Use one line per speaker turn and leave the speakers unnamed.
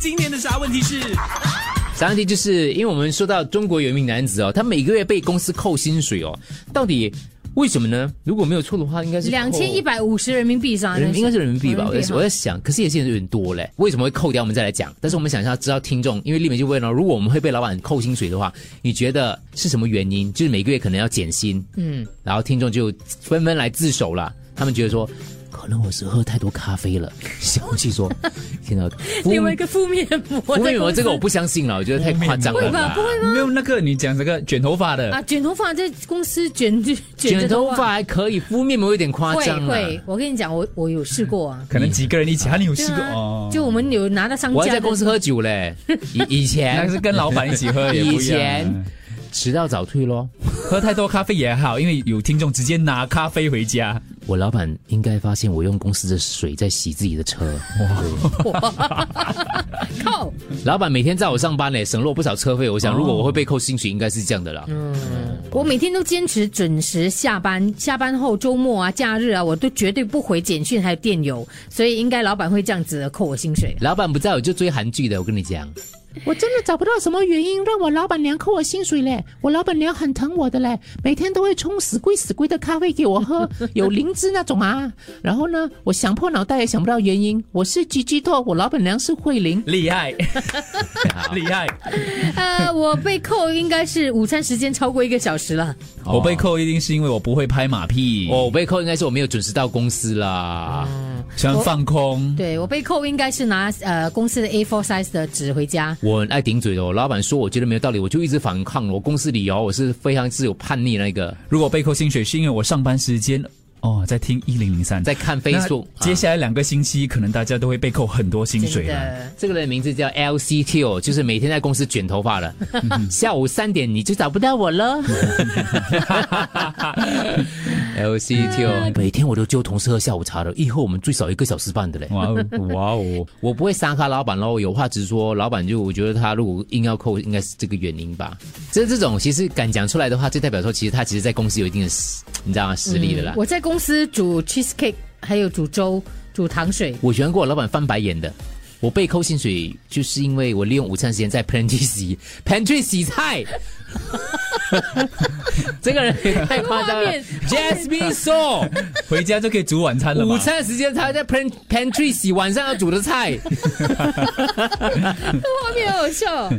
今年的啥问题是？
啥问题？就是因为我们说到中国有一名男子哦，他每个月被公司扣薪水哦，到底为什么呢？如果没有错的话，应该是扣
两千一百五十人民币上，
人应该是人民币吧？我
人民
在
币
我
哈
在想，可是也是有点多嘞。为什么会扣掉？我们再来讲。但是我们想一下，知道听众，因为丽美就问了，如果我们会被老板扣薪水的话，你觉得是什么原因？就是每个月可能要减薪，嗯，然后听众就纷纷来自首
嗯
了，他们觉得说。可能我是喝太多咖啡了， 小气说，天 哪！
另外一个负面魔
不会
在
有这个我
公司
不相信了，我觉得太夸张
会
了
吧？
吧。
不会吗？
没有那个你讲这个卷头发的，
啊，卷头发在公司卷卷
卷
着
头发还可以，敷面膜有点夸
会
张了。啊
会，我跟你讲，我我有试过啊，
可能几个人一起，啊，你有
嗯
对
试过
啊
哦，？
就我们有拿到商
我还
家
在
的
公司喝酒 嘞，以以
那
前
是跟老板一起喝也不
以
一样
前。迟到早退咯。
喝太多咖啡也好，因为有听众直接拿咖啡回家，
我老板应该发现我用公司的水在洗自己的车。
靠，
老板每天在我上班嘞，省了我不少车费。我
哦
想，如果我会被扣薪水，应该是这样的啦。
嗯我每天都坚持准时下班，下班后周末啊、假日啊，我都绝对不回简讯还有电邮，所以应该老板会这样子扣我薪水。
老板不在，我就追韩剧的。我跟你讲，
我真的找不到什么原因让我老板娘扣我薪水嘞。我老板娘很疼我的嘞，每天都会冲死贵死贵的咖啡给我喝，有灵芝那种啊。然后呢，我想破脑袋也想不到原因。我是吉吉托，我老板娘是慧玲。
厉害，厉害！
呃，我被扣应该是午餐时间超过一个小时了。
我被扣一定是因为我不会拍马
嗯
屁，
哦我被扣应该是我没有准时到公司啦。
喜欢放空。
对我被扣应该是拿呃公司的 A4 size 的纸回家。
我很爱顶嘴的哦，老板说我觉得没有道理，我就一直反抗。我公司理由我是非常是有叛逆那个，
如果被扣薪水是因为我上班时间哦，在听一零零三，
在看
那
Facebook。
接
啊
下来两个星期，可能大家都会被扣很多薪
真
水了。
的，
这个人的名字叫 L C T 哦，就是每天在公司卷头发的。下午三点你就找不到我了。L C T 哦，每天我都揪同事喝下午茶的，一喝我们最少一个小时半的嘞。
哇哦，哇哦！
我不会杀他老板喽，有话直说。老板就我觉得他如果硬要扣，应该是这个原因吧。这这种其实敢讲出来的话，就代表说其实他其实在公司有一定的实，你知道吗？实力的啦。
我在公司煮 cheesecake，还有煮粥、煮糖水。
我喜欢跟我老板翻白眼的。我被扣薪水，就是因为我利用午餐时间在 pantry 洗 pantry 洗菜。 这个人也太夸张
画
了
面
，Jasmine So，
回家就可以煮晚餐了嘛
午餐时间他在 pan- pantry 洗晚上要煮的菜。
画面好笑。